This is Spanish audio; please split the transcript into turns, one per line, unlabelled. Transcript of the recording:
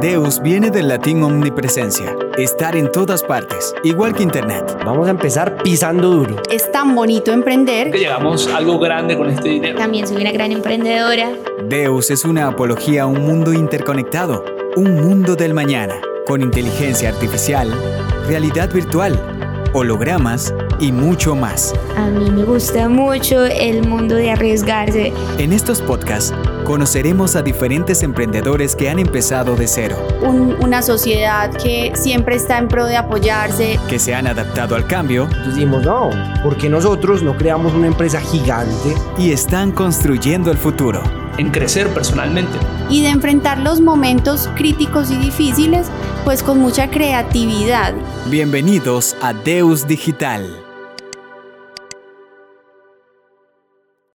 Deus viene del latín omnipresencia, estar en todas partes, igual que Internet.
Vamos a empezar pisando duro.
Es tan bonito emprender.
Que llegamos a algo grande con este dinero.
También soy una gran emprendedora.
Deus es una apología a un mundo interconectado, un mundo del mañana, con inteligencia artificial, realidad virtual, hologramas y mucho más.
A mí me gusta mucho el mundo de arriesgarse.
En estos podcasts conoceremos a diferentes emprendedores que han empezado de cero,
Un- una sociedad que siempre está en pro de apoyarse.
que se han adaptado al cambio
Entonces dijimos, no, ¿por qué nosotros no creamos una empresa gigante?
y están construyendo el futuro.
En crecer personalmente.
y de enfrentar los momentos críticos y difíciles, pues con mucha creatividad.
Bienvenidos a Deus Digital.